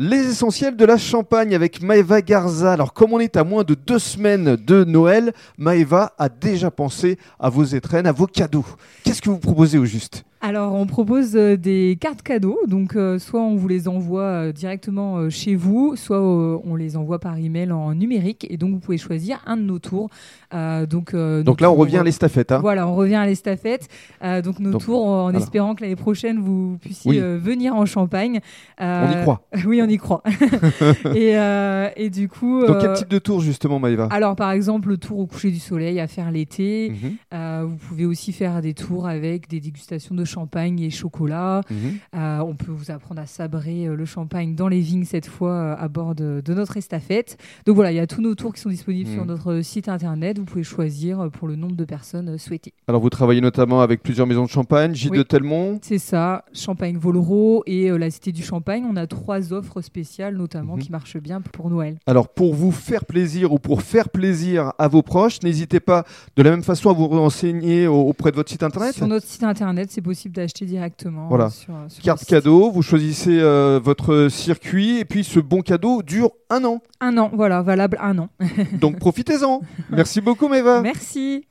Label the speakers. Speaker 1: Les essentiels de la Champagne avec Maeva Garza. Alors, comme on est à moins de deux semaines de Noël, Maeva a déjà pensé à vos étrennes, à vos cadeaux. Qu'est-ce que vous proposez au juste
Speaker 2: Alors, on propose euh, des cartes cadeaux. Donc, euh, soit on vous les envoie euh, directement euh, chez vous, soit euh, on les envoie par email en numérique. Et donc, vous pouvez choisir un de nos tours. Euh, donc, euh,
Speaker 1: Donc
Speaker 2: nos
Speaker 1: là, on
Speaker 2: tours-
Speaker 1: revient à l'estafette. hein.
Speaker 2: Voilà, on revient à l'estafette. Euh, donc, nos
Speaker 1: Donc,
Speaker 2: tours, en
Speaker 1: voilà.
Speaker 2: espérant que l'année prochaine, vous puissiez
Speaker 1: Oui.
Speaker 2: euh, venir en Champagne.
Speaker 1: On y
Speaker 2: Euh,
Speaker 1: croit.
Speaker 2: Oui, on y croit. et, euh, et du coup.
Speaker 1: Donc, quel
Speaker 2: euh,
Speaker 1: type de tour, justement, Maeva
Speaker 2: alors, par exemple, le tour au coucher du soleil à faire l'été.
Speaker 1: Mhm,
Speaker 2: Euh, vous pouvez aussi faire des tours avec des dégustations de champagne et chocolat.
Speaker 1: mhm.
Speaker 2: Euh, on peut vous apprendre à sabrer euh, le champagne dans les vignes, cette fois euh, à bord de, de notre estafette. Donc voilà, il y a tous nos tours qui sont disponibles
Speaker 1: Mhm.
Speaker 2: sur notre site internet. Vous pouvez choisir euh, pour le nombre de personnes euh, souhaitées.
Speaker 1: Alors, vous travaillez notamment avec plusieurs maisons de champagne, Gilles
Speaker 2: Oui.
Speaker 1: de Telmont.
Speaker 2: C'est ça, Champagne Volero et euh, la Cité du Champagne. On a trois offres spéciales, notamment,
Speaker 1: Mhm.
Speaker 2: qui marchent bien pour Noël.
Speaker 1: Alors pour vous faire plaisir ou pour faire plaisir à vos proches, n'hésitez pas de la même façon à vous renseigner au- auprès de votre site internet.
Speaker 2: Sur notre site internet, c'est possible d'acheter directement.
Speaker 1: Voilà.
Speaker 2: euh, sur, sur
Speaker 1: Carte
Speaker 2: le site.
Speaker 1: cadeau, vous choisissez euh, votre circuit et puis ce bon cadeau dure un an.
Speaker 2: Un an, voilà, valable un an.
Speaker 1: Donc profitez-en. Merci beaucoup Meva.
Speaker 2: Merci.